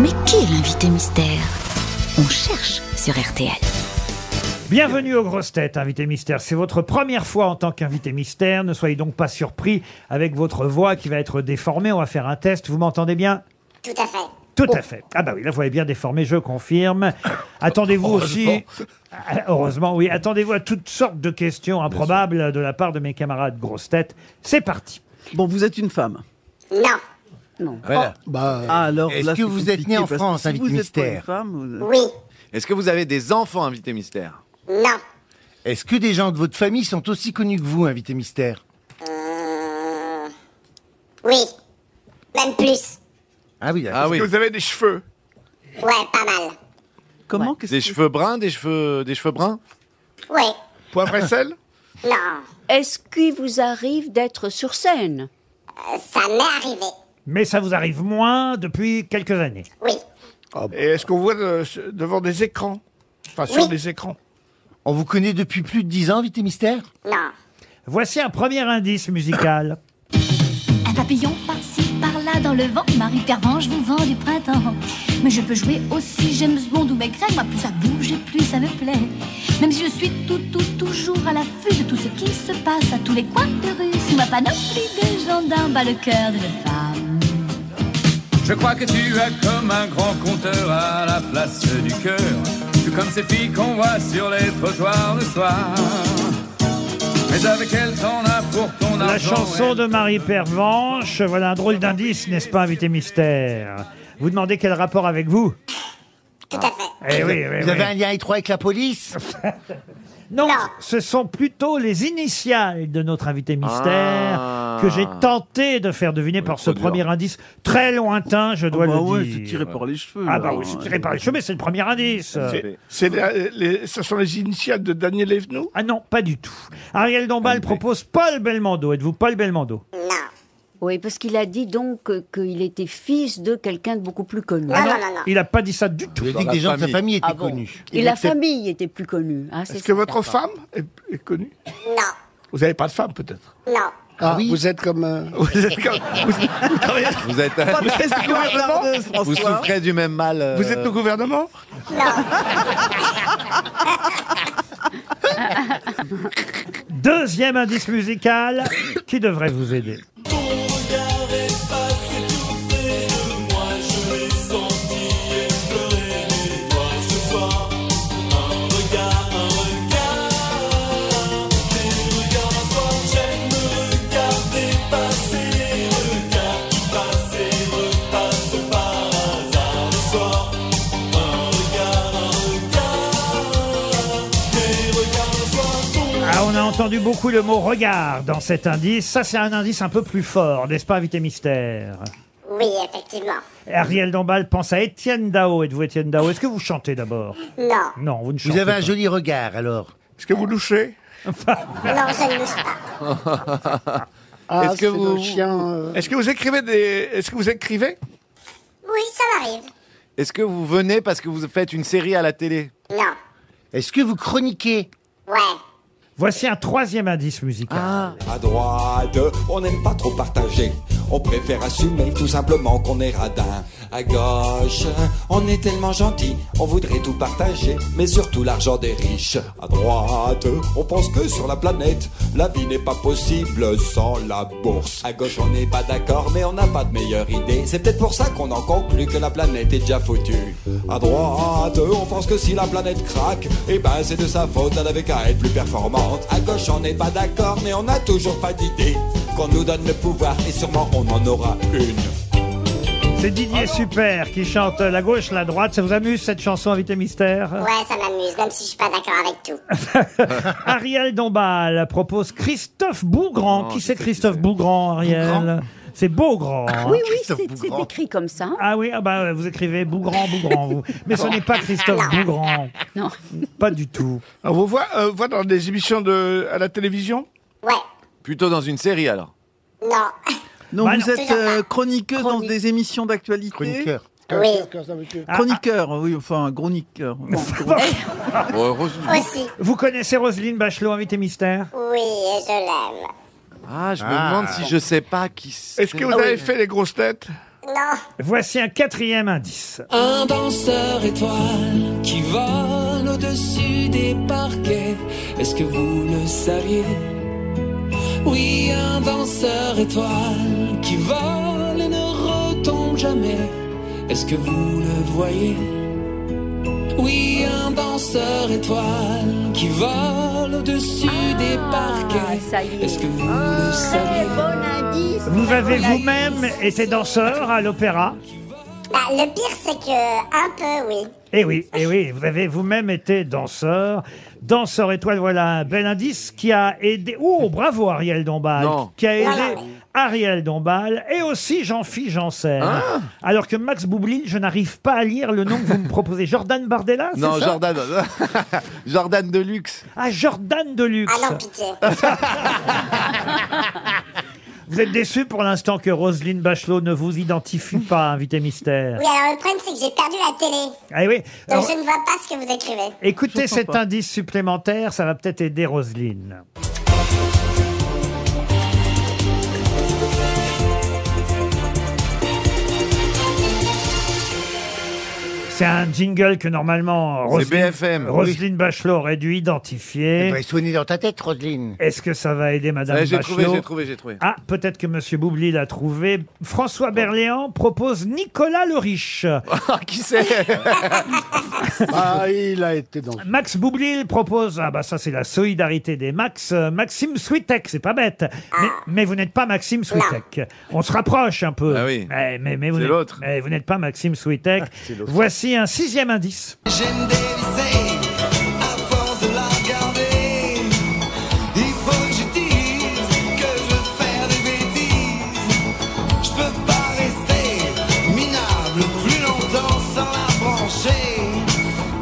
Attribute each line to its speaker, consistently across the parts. Speaker 1: Mais qui est l'invité mystère On cherche sur RTL.
Speaker 2: Bienvenue aux grosses têtes, invité mystère. C'est votre première fois en tant qu'invité mystère. Ne soyez donc pas surpris avec votre voix qui va être déformée. On va faire un test. Vous m'entendez bien
Speaker 3: Tout à fait.
Speaker 2: Tout à fait. Ah bah oui, la voix est bien déformée, je confirme. Attendez-vous aussi... Ah, Heureusement, oui. Attendez-vous à toutes sortes de questions improbables de la part de mes camarades grosses têtes. C'est parti.
Speaker 4: Bon, vous êtes une femme.
Speaker 3: Non.
Speaker 5: Voilà.
Speaker 4: Ah, alors
Speaker 5: Euh, Est-ce
Speaker 4: là,
Speaker 5: que
Speaker 4: c'est
Speaker 5: vous êtes
Speaker 4: compliqué,
Speaker 5: né en
Speaker 4: parce que
Speaker 5: France,
Speaker 4: si
Speaker 5: invité
Speaker 4: vous êtes pas
Speaker 5: mystère
Speaker 4: une femme, euh, vous-
Speaker 3: Oui.
Speaker 6: Est-ce que vous avez des enfants invités mystère
Speaker 3: Non.
Speaker 5: Est-ce que des gens de votre famille sont aussi connus que vous, invité mystère
Speaker 3: Euh, Oui. Même plus.
Speaker 5: Ah oui, d'accord.
Speaker 6: Ah oui.
Speaker 7: Est-ce que vous avez des cheveux
Speaker 3: Ouais, pas mal.
Speaker 4: Comment qu'est-ce
Speaker 6: Des
Speaker 4: que-
Speaker 6: cheveux bruns, des cheveux, des cheveux bruns
Speaker 3: Ouais.
Speaker 7: Poivre et sel
Speaker 3: Non.
Speaker 8: Est-ce qu'il vous arrive d'être sur scène
Speaker 3: Euh, ça m'est arrivé.
Speaker 2: Mais ça vous arrive moins depuis quelques années.
Speaker 3: Oui.
Speaker 7: Ah Et est-ce qu'on voit de- devant des écrans Enfin, sur
Speaker 3: Oui.
Speaker 7: des écrans.
Speaker 5: On vous connaît depuis plus de 10 ans, invité mystère
Speaker 3: Non.
Speaker 2: Voici un premier indice musical.
Speaker 1: Un papillon par-ci, par-là dans le vent. Marie Pervenche vous vend du printemps. Mais je peux jouer aussi James Bond ou Maigret. Moi, plus ça bouge et plus ça me plaît. Même si je suis tout, tout, toujours à l'affût de tout ce qui se passe à tous les coins de rue. Sous ma panoplie de gendarmes bat le cœur d'une femme.
Speaker 9: Je crois que tu es comme un grand conteur à la place du cœur. Tu es comme ces filles qu'on voit sur les trottoirs le soir. Mais avec elles, t'en as pour ton
Speaker 2: La
Speaker 9: argent.
Speaker 2: chanson
Speaker 9: et-
Speaker 2: de Marie Pervenche. Voilà un drôle d'indice, n'est-ce pas, invité mystère Vous demandez quel rapport avec vous
Speaker 3: Tout à fait.
Speaker 2: Eh oui, oui,
Speaker 5: Vous
Speaker 2: oui.
Speaker 5: avez un lien étroit avec la police
Speaker 2: Non,
Speaker 3: Non.
Speaker 2: ce sont plutôt les initiales de notre invité mystère
Speaker 6: Ah.
Speaker 2: que j'ai tenté de faire deviner par ce
Speaker 6: trop dur.
Speaker 2: premier indice très lointain, je
Speaker 4: Ah
Speaker 2: dois
Speaker 4: bah
Speaker 2: le
Speaker 4: ouais,
Speaker 2: dire.
Speaker 4: c'est tiré par hein. les cheveux.
Speaker 2: Ah bah
Speaker 4: alors,
Speaker 2: oui, c'est
Speaker 4: ouais.
Speaker 2: tiré par les cheveux, mais c'est le premier indice.
Speaker 6: Ah,
Speaker 7: C'est- c'est la- les- Ce sont les initiales de Daniel Evenou
Speaker 2: Ah non, pas du tout. Ariel
Speaker 4: Ah,
Speaker 2: Dombal propose Paul Belmondo. Êtes-vous Paul Belmondo
Speaker 3: Non.
Speaker 8: Oui, parce qu'il a dit donc que- qu'il était fils de quelqu'un de beaucoup plus connu.
Speaker 7: Ah
Speaker 3: Non, non, non, non.
Speaker 2: Il n'a pas dit ça du tout.
Speaker 5: Je
Speaker 6: Dans
Speaker 5: dis que
Speaker 6: la
Speaker 5: des gens de sa
Speaker 6: famille.
Speaker 5: famille étaient
Speaker 8: Ah bon.
Speaker 5: connus.
Speaker 8: Et la famille était plus connue. hein, c'est
Speaker 7: Est-ce
Speaker 8: ça.
Speaker 7: que votre femme est, est connue
Speaker 3: Non.
Speaker 7: Vous n'avez pas de femme, peut-être
Speaker 3: Non.
Speaker 5: Ah oui
Speaker 7: Vous êtes comme... Vous êtes comme... Vous, vous travaillez-
Speaker 6: Vous êtes,
Speaker 4: Qu'est-ce que vous regardez,
Speaker 6: vous
Speaker 4: François
Speaker 6: souffrez du même mal. euh,
Speaker 7: vous êtes au gouvernement
Speaker 2: Deuxième indice musical qui devrait vous aider. Ah, on a entendu beaucoup le mot regard dans cet indice. Ça, c'est un indice un peu plus fort, n'est-ce pas, invité mystère
Speaker 3: Oui, effectivement.
Speaker 2: Ariel Dombal pense à Étienne Dao. Êtes-vous Étienne Dao Est-ce que vous chantez d'abord
Speaker 3: Non.
Speaker 2: Non, vous ne chantez
Speaker 5: Vous avez
Speaker 2: pas.
Speaker 5: un joli regard, alors
Speaker 7: Est-ce que vous louchez
Speaker 3: Non, je ne bouge pas.
Speaker 6: Est-ce que vous euh.
Speaker 7: Est-ce que vous écrivez des... Est-ce que vous écrivez
Speaker 3: Oui, ça m'arrive.
Speaker 6: est-ce que vous venez parce que vous faites une série à la télé
Speaker 3: Non.
Speaker 5: Est-ce que vous chroniquez
Speaker 3: Ouais.
Speaker 2: Voici un troisième indice musical.
Speaker 10: À droite, on n'aime pas trop partager. On préfère assumer tout simplement qu'on est radin. À gauche, on est tellement gentil, on voudrait tout partager, mais surtout l'argent des riches. À droite, on pense que sur la planète, la vie n'est pas possible sans la bourse. À gauche, on n'est pas d'accord, mais on n'a pas de meilleure idée. C'est peut-être pour ça qu'on en conclut que la planète est déjà foutue. À droite, on pense que si la planète craque, eh ben c'est de sa faute, elle avait qu'à être plus performante. À gauche, on n'est pas d'accord, mais on n'a toujours pas d'idée. Qu'on nous donne le pouvoir, et sûrement on en aura une.
Speaker 2: C'est Didier Super qui chante la gauche, la droite. Ça vous amuse cette chanson, invité mystère
Speaker 3: Ouais, ça m'amuse, même si je suis pas d'accord avec tout.
Speaker 2: Ariel Dombal propose Christophe Bougrand.
Speaker 6: Non,
Speaker 2: qui
Speaker 6: je
Speaker 2: c'est
Speaker 6: sais qui
Speaker 2: Christophe
Speaker 6: c'est.
Speaker 2: Bougrand, Ariel C'est Beaugrand. hein.
Speaker 8: Ah Oui, oui, c'est
Speaker 5: Christophe
Speaker 8: c'est
Speaker 5: Beaugrand.
Speaker 8: écrit comme ça.
Speaker 2: Ah oui, ah bah, vous écrivez Bougrand, Bougrand, vous. Mais ce n'est pas Christophe Bougrand.
Speaker 8: Non.
Speaker 2: Pas du tout.
Speaker 7: On vous voit, euh, voit dans des émissions de, à la télévision
Speaker 3: Ouais.
Speaker 6: Plutôt dans une série alors.
Speaker 3: Non.
Speaker 4: Non,
Speaker 2: Bah,
Speaker 4: vous
Speaker 2: non.
Speaker 4: êtes euh, chroniqueuse dans
Speaker 8: Chronique.
Speaker 4: des émissions d'actualité
Speaker 5: Chroniqueur.
Speaker 3: Oui.
Speaker 2: Ah,
Speaker 4: Chroniqueur, oui, enfin, un chroniqueur. Bon,
Speaker 6: Bon, Rose-
Speaker 3: Aussi.
Speaker 2: Vous connaissez Roselyne Bachelot, invité mystère
Speaker 3: Oui, et je l'aime.
Speaker 6: Ah, je me
Speaker 5: Ah.
Speaker 7: Ah.
Speaker 6: demande si je sais pas qui. c'est. Ah
Speaker 7: Est-ce que vous avez fait les grosses têtes
Speaker 3: non.
Speaker 2: Voici un quatrième indice.
Speaker 10: Un danseur étoile qui vole au-dessus des parquets. Est-ce que vous le saviez Oui, un danseur étoile qui vole et ne retombe jamais. Est-ce que vous le voyez Oui, un danseur étoile qui vole au-dessus des parquets.
Speaker 8: Ah, ça y est.
Speaker 10: Est-ce que vous le
Speaker 8: Très
Speaker 10: saviez
Speaker 8: bon indice.
Speaker 2: Vous
Speaker 8: très
Speaker 2: avez
Speaker 8: bon indice.
Speaker 2: vous-même été danseur à l'opéra
Speaker 3: Bah, le pire, c'est que, un peu, oui.
Speaker 2: Eh oui, eh oui, vous avez vous-même été danseur. Danseur étoile, voilà un bel indice qui a aidé. Oh, bravo Ariel Dombal
Speaker 6: Non.
Speaker 2: Qui a aidé
Speaker 3: Voilà.
Speaker 2: Ariel Dombal et aussi Jean-Philippe Janssen.
Speaker 6: Ah.
Speaker 2: Alors que Max Boublil, je n'arrive pas à lire le nom que vous me proposez. Jordan Bardella c'est
Speaker 6: Non,
Speaker 2: ça
Speaker 6: Jordan. Jordan Deluxe.
Speaker 2: Ah, Jordan Deluxe
Speaker 3: Ah non, pitié.
Speaker 2: Vous êtes déçu pour l'instant que Roselyne Bachelot ne vous identifie pas, invité mystère.
Speaker 3: Oui, alors le problème, c'est que j'ai perdu la télé.
Speaker 2: Ah oui.
Speaker 3: Donc,
Speaker 2: Alors,
Speaker 3: je ne vois pas ce que vous écrivez.
Speaker 2: Écoutez
Speaker 4: J'entends
Speaker 2: cet
Speaker 4: pas.
Speaker 2: indice supplémentaire, ça va peut-être aider Roselyne. C'est un jingle que normalement
Speaker 6: C'est
Speaker 2: Roselyne,
Speaker 6: BFM.
Speaker 2: Roselyne Bachelot aurait dû
Speaker 5: Elle
Speaker 2: identifier.
Speaker 5: va sonner dans ta tête, Roselyne.
Speaker 2: Est-ce que ça va aider Madame
Speaker 6: Ouais, ben, Eh, j'ai
Speaker 2: Bachelot
Speaker 6: trouvé, j'ai trouvé, j'ai trouvé.
Speaker 2: Ah, peut-être que Monsieur Boubli l'a trouvé. François Berléand propose Nicolas le Riche.
Speaker 6: Ah, qui c'est
Speaker 7: Ah, il a été dans.
Speaker 6: Oh.
Speaker 2: Max Boublil propose, ah bah ça c'est la solidarité des Max, euh, Maxime Switek, c'est pas bête.
Speaker 6: Ah.
Speaker 2: Mais, mais vous n'êtes pas Maxime Switek. On se rapproche un peu.
Speaker 6: Ah oui.
Speaker 2: Eh, mais, mais vous
Speaker 6: C'est
Speaker 2: n'êtes-
Speaker 6: l'autre. Ah,
Speaker 2: eh, vous n'êtes pas Maxime Switek. Voici un sixième indice.
Speaker 10: J'aime dévisser à force de la regarder. Il faut que je dise que je veux faire des bêtises. Je peux pas rester minable plus longtemps sans la brancher.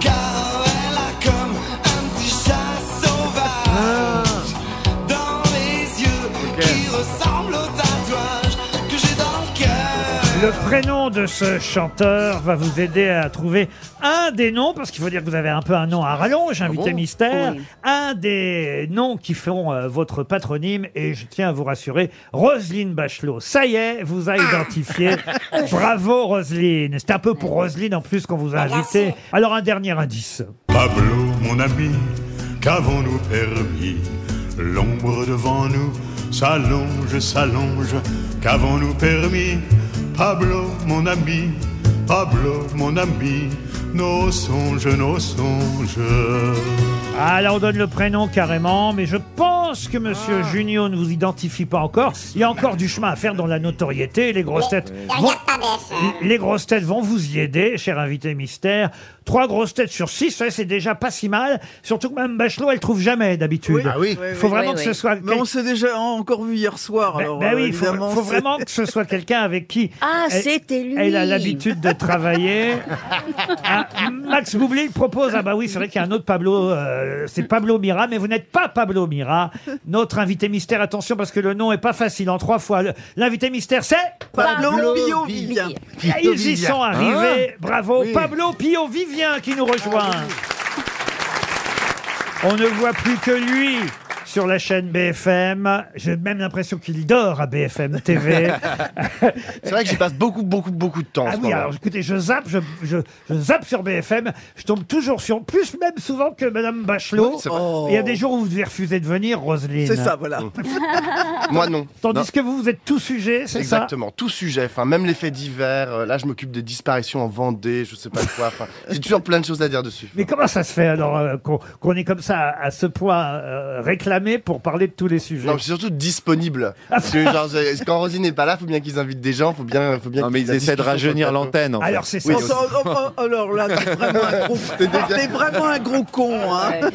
Speaker 10: Car elle a comme un petit chat sauvage dans les yeux qui ressemble au tatouage que j'ai dans le cœur.
Speaker 2: Le prénom de ce chanteur va vous aider à trouver un des noms, parce qu'il faut dire que vous avez un peu un nom à rallonge, invité mystère,
Speaker 8: Oui.
Speaker 2: un des noms qui feront euh, votre patronyme, et je tiens à vous rassurer, Roselyne Bachelot, ça y est, vous a identifié. Bravo Roselyne. C'est un peu pour Roselyne en plus qu'on vous a
Speaker 3: Merci.
Speaker 2: invité. Alors un dernier indice.
Speaker 11: Pablo, mon ami, qu'avons-nous permis L'ombre devant nous s'allonge, s'allonge, qu'avons-nous permis Pablo, mon ami, Pablo, mon ami, nos songes, nos songes.
Speaker 2: Ah là on donne le prénom carrément, mais je pense que Monsieur Junio ne vous identifie pas encore. Il y a encore du chemin à faire dans la notoriété, les grosses têtes.
Speaker 3: Il
Speaker 2: vont-
Speaker 3: regarde pas BFM.
Speaker 2: Les grosses têtes vont vous y aider, cher invité mystère. Trois grosses têtes sur six, ça, c'est déjà pas si mal. Surtout que Mme Bachelot, elle trouve jamais d'habitude.
Speaker 4: Oui.
Speaker 5: Ah oui.
Speaker 4: Ouais,
Speaker 2: Il
Speaker 4: ouais.
Speaker 2: faut vraiment
Speaker 8: oui,
Speaker 2: que
Speaker 8: oui.
Speaker 2: ce soit.
Speaker 4: Mais
Speaker 2: quel-
Speaker 4: on s'est déjà encore vu hier soir.
Speaker 2: Ben-
Speaker 4: alors,
Speaker 2: ben
Speaker 4: euh,
Speaker 2: oui, il faut,
Speaker 4: évidemment,
Speaker 2: faut
Speaker 4: c'est-
Speaker 2: vraiment que ce soit quelqu'un avec qui.
Speaker 8: Ah,
Speaker 2: elle-
Speaker 8: c'était lui.
Speaker 2: Elle a l'habitude de travailler. Ah, Max Boublil propose, ah bah oui, c'est vrai qu'il y a un autre Pablo, euh, c'est Pablo Mira, mais vous n'êtes pas Pablo Mira. Notre invité mystère, attention parce que le nom est pas facile en trois fois. Le- L'invité mystère, c'est
Speaker 4: Pablo Bio
Speaker 5: Villa.
Speaker 2: Ils y sont arrivés. Bravo.
Speaker 6: Oui.
Speaker 2: Pablo Pio Vivien qui nous rejoint. On ne voit plus que lui sur la chaîne BFM. J'ai même l'impression qu'il dort à BFM TV.
Speaker 5: C'est vrai que j'y passe beaucoup, beaucoup, beaucoup de temps. en
Speaker 2: ah
Speaker 5: ce
Speaker 2: oui,
Speaker 5: moment.
Speaker 2: alors écoutez, je zappe, je, je- je zappe sur BFM. Je tombe toujours sur, plus même souvent que Madame Bachelot.
Speaker 6: C'est vrai.
Speaker 2: Il y a des jours où vous devez refuser de venir, Roselyne.
Speaker 4: C'est ça, voilà.
Speaker 5: Moi, non.
Speaker 2: Tandis
Speaker 5: Non.
Speaker 2: que vous, vous êtes tout sujet, c'est ça
Speaker 5: Exactement, tout sujet, enfin même les faits divers. euh, là, je m'occupe des disparitions en Vendée, je sais pas quoi. Enfin, j'ai toujours plein de choses à dire dessus.
Speaker 2: Mais comment ça se fait alors euh, qu'on qu'on est comme ça à, à ce point euh, réclamé pour parler de tous les sujets
Speaker 5: Non, mais c'est surtout disponible. Parce que, genre, c'est- quand Rosine n'est pas là, faut bien qu'ils invitent des gens, faut bien, faut bien.
Speaker 6: Non, mais
Speaker 5: qu'ils
Speaker 6: ils essaient de rajeunir l'antenne. en fait.
Speaker 2: Alors c'est ça.
Speaker 5: Oui,
Speaker 4: On
Speaker 5: aussi.
Speaker 4: s'en- oh, oh, alors là, t'es vraiment un gros, t'es vraiment un gros con. Hein.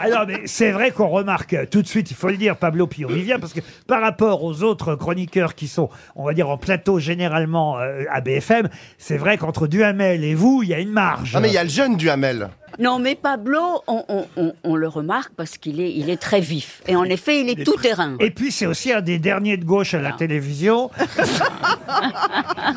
Speaker 2: Alors mais c'est vrai qu'on remarque euh, tout de suite, il faut le dire, Pablo Pio Vivien, parce que par rapport aux autres chroniqueurs qui sont, on va dire, en plateau généralement euh, à BFM, c'est vrai qu'entre Duhamel et vous, il y a une marge.
Speaker 5: Ah mais il y a le jeune Duhamel.
Speaker 8: Non, mais Pablo, on, on- on- on le remarque parce qu'il est, il est très vif. Et en effet, il est tout terrain.
Speaker 2: Et puis c'est aussi un des derniers de gauche à la télévision.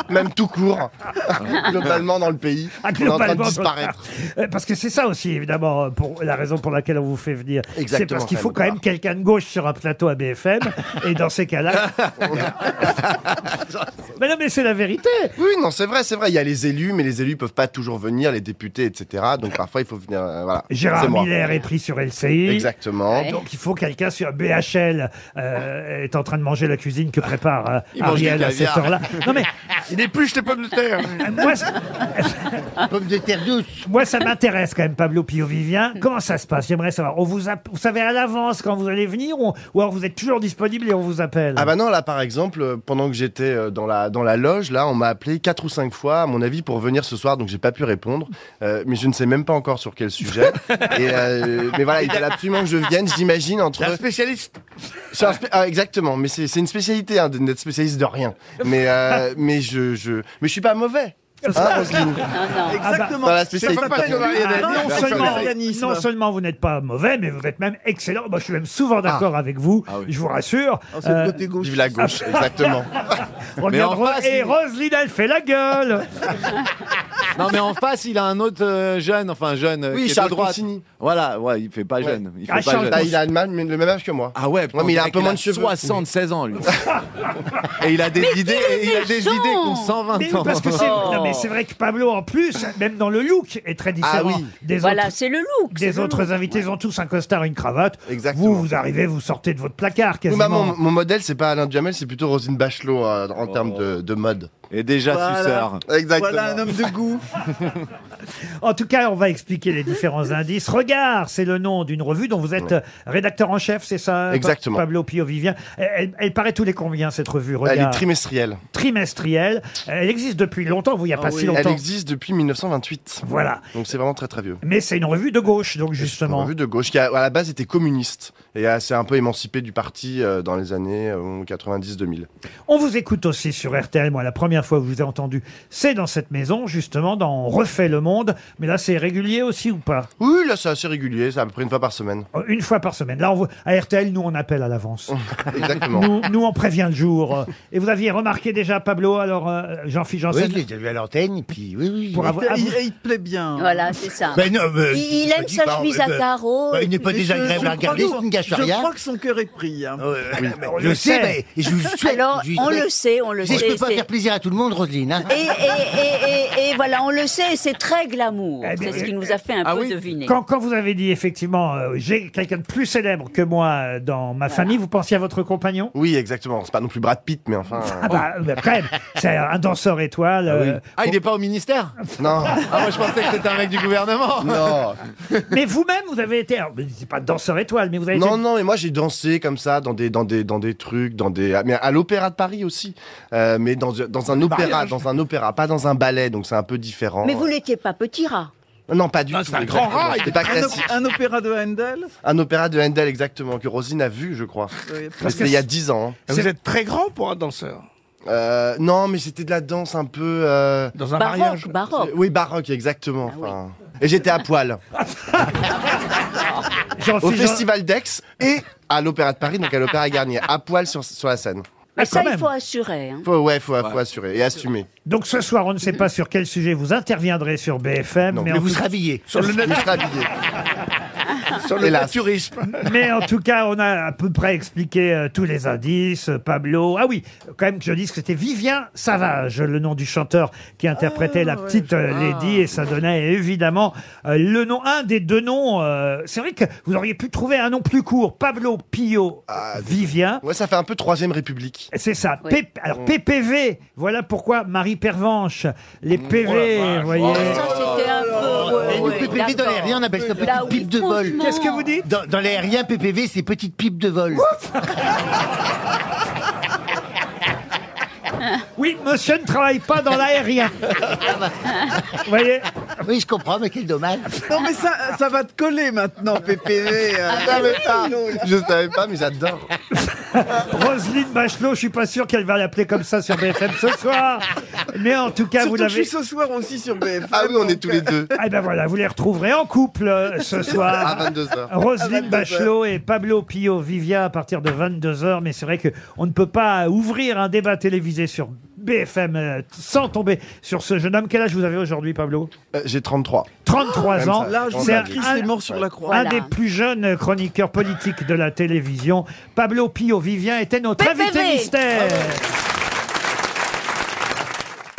Speaker 5: Même tout court, globalement dans le pays.
Speaker 2: Ah,
Speaker 5: on est en train de
Speaker 2: globalement,
Speaker 5: disparaître.
Speaker 2: Euh, Parce que c'est ça aussi, évidemment, euh, pour la raison pour laquelle on vous fait venir. C'est
Speaker 5: Exactement,
Speaker 2: parce qu'il faut
Speaker 5: Raymond
Speaker 2: quand même
Speaker 5: Barre.
Speaker 2: quelqu'un de gauche sur un plateau à BFM. et dans ces cas-là. mais non, mais c'est la vérité.
Speaker 5: Oui, non, c'est vrai, c'est vrai. Il y a les élus, mais les élus peuvent pas toujours venir, les députés, etc. Donc parfois, il faut venir. euh, voilà.
Speaker 2: Gérard
Speaker 5: C'est moi.
Speaker 2: Miller est pris sur LCI.
Speaker 5: Exactement.
Speaker 2: Donc il faut quelqu'un sur BHL euh, est en train de manger la cuisine que prépare euh,
Speaker 5: Il mange du
Speaker 2: Ariel à cette
Speaker 5: caviar.
Speaker 2: heure-là. Non mais Euh,
Speaker 7: Il épluche les pommes de terre.
Speaker 2: moi, c-
Speaker 12: Pomme de terre douce.
Speaker 2: moi ça m'intéresse quand même Pablo Pio Vivien. Comment ça se passe J'aimerais savoir. On vous app- vous savez à l'avance quand vous allez venir ou, ou alors vous êtes toujours disponible et on vous appelle.
Speaker 5: Ah bah non, là par exemple, euh, pendant que j'étais euh, dans la, dans la loge, là on m'a appelé quatre ou cinq fois, à mon avis, pour venir ce soir, donc j'ai pas pu répondre. Euh, mais je ne sais même pas encore sur quel sujet. Et, euh, mais voilà, il fallait absolument que je vienne, j'imagine, entre.
Speaker 7: Un spécialiste.
Speaker 5: C'est un spé- ah, exactement, mais c'est c'est une spécialité hein, de- d'être spécialiste de rien. Mais, euh, mais, je, je... mais je suis pas mauvais. Hein, Roselyne
Speaker 4: Exactement.
Speaker 5: Dans Ah bah, la spécialité.
Speaker 4: C'est pas pareil dans la réalité.
Speaker 2: Ah, non,
Speaker 4: C'est pas
Speaker 2: seulement,
Speaker 4: pareil.
Speaker 2: non seulement vous n'êtes pas mauvais, mais vous êtes même excellent. Moi, je suis même souvent d'accord
Speaker 5: Ah.
Speaker 2: avec vous, je vous rassure.
Speaker 4: c'est le
Speaker 2: Euh,
Speaker 4: côté gauche.
Speaker 5: Vive la gauche, exactement.
Speaker 2: regarde,
Speaker 6: Mais en
Speaker 2: Ro-
Speaker 6: face,
Speaker 2: et
Speaker 6: il-
Speaker 2: Roselyne, elle fait la gueule
Speaker 6: Non, mais en face, il a un autre euh, jeune, enfin jeune, euh,
Speaker 5: Oui,
Speaker 6: qui est de
Speaker 5: Charles
Speaker 6: droite.
Speaker 5: Consigny.
Speaker 6: Voilà, ouais, il fait pas jeune. Il fait
Speaker 2: Ah,
Speaker 6: pas
Speaker 2: Charles
Speaker 6: jeune.
Speaker 5: Là, il a le même, le même âge que moi.
Speaker 6: Ah ouais, putain,
Speaker 5: mais il
Speaker 6: on
Speaker 5: a un
Speaker 6: dirait
Speaker 5: peu
Speaker 6: qu'il
Speaker 5: moins de cheveux.
Speaker 6: 76 ans lui. Et il a des
Speaker 8: Mais
Speaker 6: idées,
Speaker 8: il
Speaker 6: et
Speaker 8: est
Speaker 6: il a des
Speaker 8: méchant.
Speaker 6: idées qu'on 120
Speaker 2: Mais oui,
Speaker 6: ans.
Speaker 2: parce que c'est
Speaker 8: Oh.
Speaker 2: non, mais c'est vrai que Pablo en plus même dans le look est très différent
Speaker 5: Ah oui.
Speaker 2: des
Speaker 8: Voilà,
Speaker 2: autres
Speaker 8: c'est le look. c'est
Speaker 2: des
Speaker 8: le
Speaker 2: autres
Speaker 8: look.
Speaker 2: invités ils ont tous un costard et une cravate
Speaker 5: Exactement.
Speaker 2: vous vous arrivez vous sortez de votre placard
Speaker 5: Oui, bah,
Speaker 2: quasiment
Speaker 5: mon, mon modèle, c'est pas Alain Duhamel, c'est plutôt Rosine Bachelot euh,
Speaker 6: Oh.
Speaker 5: en termes de, de mode.
Speaker 6: Et déjà
Speaker 4: Voilà.
Speaker 6: suceur.
Speaker 5: Exactement.
Speaker 4: Voilà un homme de goût.
Speaker 2: en tout cas on va expliquer les différents indices regard c'est le nom d'une revue dont vous êtes euh, rédacteur en chef c'est ça
Speaker 5: Exactement.
Speaker 2: Pablo Pio Vivien elle, elle- elle paraît tous les combien cette revue regard
Speaker 5: Elle est trimestrielle.
Speaker 2: trimestrielle elle existe depuis longtemps vous il n'y a pas si
Speaker 5: Ah Elle
Speaker 2: longtemps
Speaker 5: existe depuis 1928.
Speaker 2: voilà
Speaker 5: Donc c'est vraiment très très vieux.
Speaker 2: mais c'est une revue de gauche donc
Speaker 5: Une
Speaker 2: justement
Speaker 5: revue de gauche qui à à la base était communiste et euh, s'est un peu émancipée du parti euh, dans les années 90-2000.
Speaker 2: On vous écoute aussi sur RTL. Moi, la première fois que je vous ai entendu, c'est dans cette maison, justement, dans On refait le monde. Mais là, c'est régulier aussi ou pas
Speaker 5: Oui, là c'est assez régulier, c'est à peu près une fois par semaine.
Speaker 2: Euh, Une fois par semaine. Là, on vous- à RTL, nous, on appelle à l'avance.
Speaker 5: Exactement.
Speaker 2: Nous, nous, on prévient le jour. Euh, Et vous aviez remarqué déjà, Pablo, alors, euh, Jean-Philippe
Speaker 12: Oui,
Speaker 2: Janssen
Speaker 12: je l'ai déjà vu à l'antenne, et puis oui, oui.
Speaker 2: Pour
Speaker 12: Mais-
Speaker 2: avoir- Ah,
Speaker 4: il,
Speaker 2: vous-
Speaker 4: il te plaît bien.
Speaker 8: Voilà, c'est ça.
Speaker 6: Bah,
Speaker 12: Ben non, mais-
Speaker 8: il, il aime
Speaker 12: dis
Speaker 8: sa
Speaker 12: pas,
Speaker 8: chemise
Speaker 12: euh,
Speaker 8: à
Speaker 12: ben-
Speaker 8: carreaux.
Speaker 12: ben, il n'est pas
Speaker 4: Et je-
Speaker 12: désagréable
Speaker 4: je
Speaker 12: à regarder,
Speaker 4: crois-
Speaker 12: ça ne gâche
Speaker 4: Je
Speaker 12: rien.
Speaker 4: crois que son cœur est pris. hein.
Speaker 6: Oh,
Speaker 12: Euh, ben,
Speaker 2: on
Speaker 12: je
Speaker 2: le
Speaker 12: le
Speaker 2: sait.
Speaker 12: sais, mais je vous souhaite.
Speaker 8: Alors,
Speaker 12: je,
Speaker 8: on le sait, on le
Speaker 12: je,
Speaker 8: sait.
Speaker 12: je peux pas
Speaker 8: c'est-
Speaker 12: faire plaisir à tout le monde, Roselyne. hein.
Speaker 8: et, et, et- et- et voilà, on le sait, c'est très glamour.
Speaker 2: Eh bien,
Speaker 8: C'est ce qui nous a fait un
Speaker 6: ah
Speaker 8: peu
Speaker 6: oui,
Speaker 8: deviner.
Speaker 2: quand, quand vous avez dit, effectivement, euh, j'ai quelqu'un de plus célèbre que moi euh, dans ma famille, vous pensiez à votre compagnon
Speaker 5: Oui, exactement. C'est pas non plus Brad Pitt, mais enfin.
Speaker 2: ah bah, euh, quand même, c'est un danseur étoile. euh,
Speaker 6: Ah, il est pas au ministère
Speaker 5: Non,
Speaker 6: Ah, moi je pensais que c'était un mec du gouvernement.
Speaker 5: non.
Speaker 2: Mais vous-même, vous avez été, alors, c'est pas danseur étoile, mais vous avez été
Speaker 5: Non, non, mais moi j'ai dansé comme ça dans des, dans des, dans des trucs, dans des, ah, mais à l'opéra de Paris aussi, Euh, mais dans, dans un opéra, dans un opéra, pas dans un ballet, donc c'est un peu différent. Euh,
Speaker 8: Mais vous n'étiez pas petit rat.
Speaker 5: Non, pas du
Speaker 7: Non,
Speaker 5: tout.
Speaker 7: c'est un grand
Speaker 5: exactement.
Speaker 7: rat, il
Speaker 5: C'est pas
Speaker 4: Un, op-
Speaker 5: classique.
Speaker 4: un opéra de Handel.
Speaker 5: Un opéra de Handel exactement que Rosine a vu, je crois.
Speaker 4: Oui.
Speaker 5: Mais C'était il y a 10 ans. hein.
Speaker 7: Ah, Vous êtes très grand pour un danseur.
Speaker 5: Euh, non, mais c'était de la danse un peu. euh,
Speaker 7: Dans un mariage.
Speaker 8: Baroque, baroque.
Speaker 5: Oui, baroque exactement.
Speaker 7: Ah
Speaker 5: enfin. Et j'étais à poil au
Speaker 2: Jean-Philippe Janssen-
Speaker 5: Festival d'Aix et à l'Opéra de Paris, donc à l'Opéra Garnier, à poil sur, sur la scène.
Speaker 2: Ah,
Speaker 8: Mais ça,
Speaker 2: quand même.
Speaker 8: il faut assurer. hein.
Speaker 5: Faut, ouais, faut, faut assurer et assumer.
Speaker 2: Donc ce soir, on ne sait pas sur quel sujet vous interviendrez sur BFM,
Speaker 5: Non,
Speaker 2: mais,
Speaker 12: Mais
Speaker 2: en
Speaker 12: vous
Speaker 2: tout-
Speaker 12: serez habillé.
Speaker 7: Sur le,
Speaker 5: Je
Speaker 7: nat-
Speaker 5: serai habillé.
Speaker 7: sur le
Speaker 5: Hélas.
Speaker 7: naturisme.
Speaker 2: mais en tout cas, on a à peu près expliqué euh, tous les indices. euh, Pablo, ah oui, quand même que je dise que c'était Vivien Savage, le nom du chanteur qui interprétait la petite euh, Lady, et ça donnait évidemment euh, le nom, un des deux noms. euh, C'est vrai que vous auriez pu trouver un nom plus court, Pablo Pio
Speaker 5: Ah,
Speaker 2: Vivien.
Speaker 5: Ouais, ça fait un peu Troisième République.
Speaker 2: C'est ça.
Speaker 8: Oui.
Speaker 2: P-
Speaker 5: Mm.
Speaker 2: Alors PPV, voilà pourquoi Marie Pervenche, les
Speaker 5: Mm. Oh
Speaker 2: PV, vous voyez.
Speaker 8: Ça, c'était un peu. ouais,
Speaker 12: Et nous,
Speaker 8: ouais,
Speaker 12: PPV dans
Speaker 8: d'accord.
Speaker 12: l'aérien, on appelle ça
Speaker 8: Là
Speaker 12: petite
Speaker 8: où
Speaker 12: pipe de vol.
Speaker 8: franchement-
Speaker 2: Qu'est-ce que vous dites
Speaker 12: Dans, dans l'aérien, PPV, c'est petite pipe de vol.
Speaker 2: Oui, monsieur ne travaille pas dans l'aérien. Vous voyez
Speaker 12: Oui, je comprends, mais quel dommage.
Speaker 4: Non mais ça,
Speaker 2: Ah,
Speaker 4: ça va te coller maintenant, PPV. euh.
Speaker 2: bah,
Speaker 5: Je savais pas, je savais pas, mais j'adore.
Speaker 2: Roselyne Bachelot, je suis pas sûr qu'elle va l'appeler comme ça sur BFM ce soir. Mais en tout cas,
Speaker 4: Surtout
Speaker 2: vous
Speaker 4: que je
Speaker 2: l'avez.
Speaker 4: suis ce soir aussi sur BFM.
Speaker 5: Ah oui, on est tous les deux.
Speaker 2: Ah ben voilà, vous les retrouverez en couple euh, ce soir.
Speaker 5: À 22 heures.
Speaker 2: Roselyne
Speaker 5: À 22
Speaker 2: Bachelot et Pablo Pio Vivia à partir de 22h. Mais c'est vrai que on ne peut pas ouvrir un débat télévisé sur BFM euh, sans tomber sur ce jeune homme. Quel âge vous avez aujourd'hui, Pablo
Speaker 5: Euh, J'ai 33.
Speaker 2: 33
Speaker 5: Même
Speaker 2: ans.
Speaker 5: ça, L'âge où
Speaker 2: C'est
Speaker 5: le
Speaker 2: un-
Speaker 5: Christ
Speaker 2: un-
Speaker 5: est mort sur la croix.
Speaker 2: Un
Speaker 5: Voilà.
Speaker 2: des plus jeunes chroniqueurs politiques de la télévision. Pablo Pio Vivien était notre invité mystère.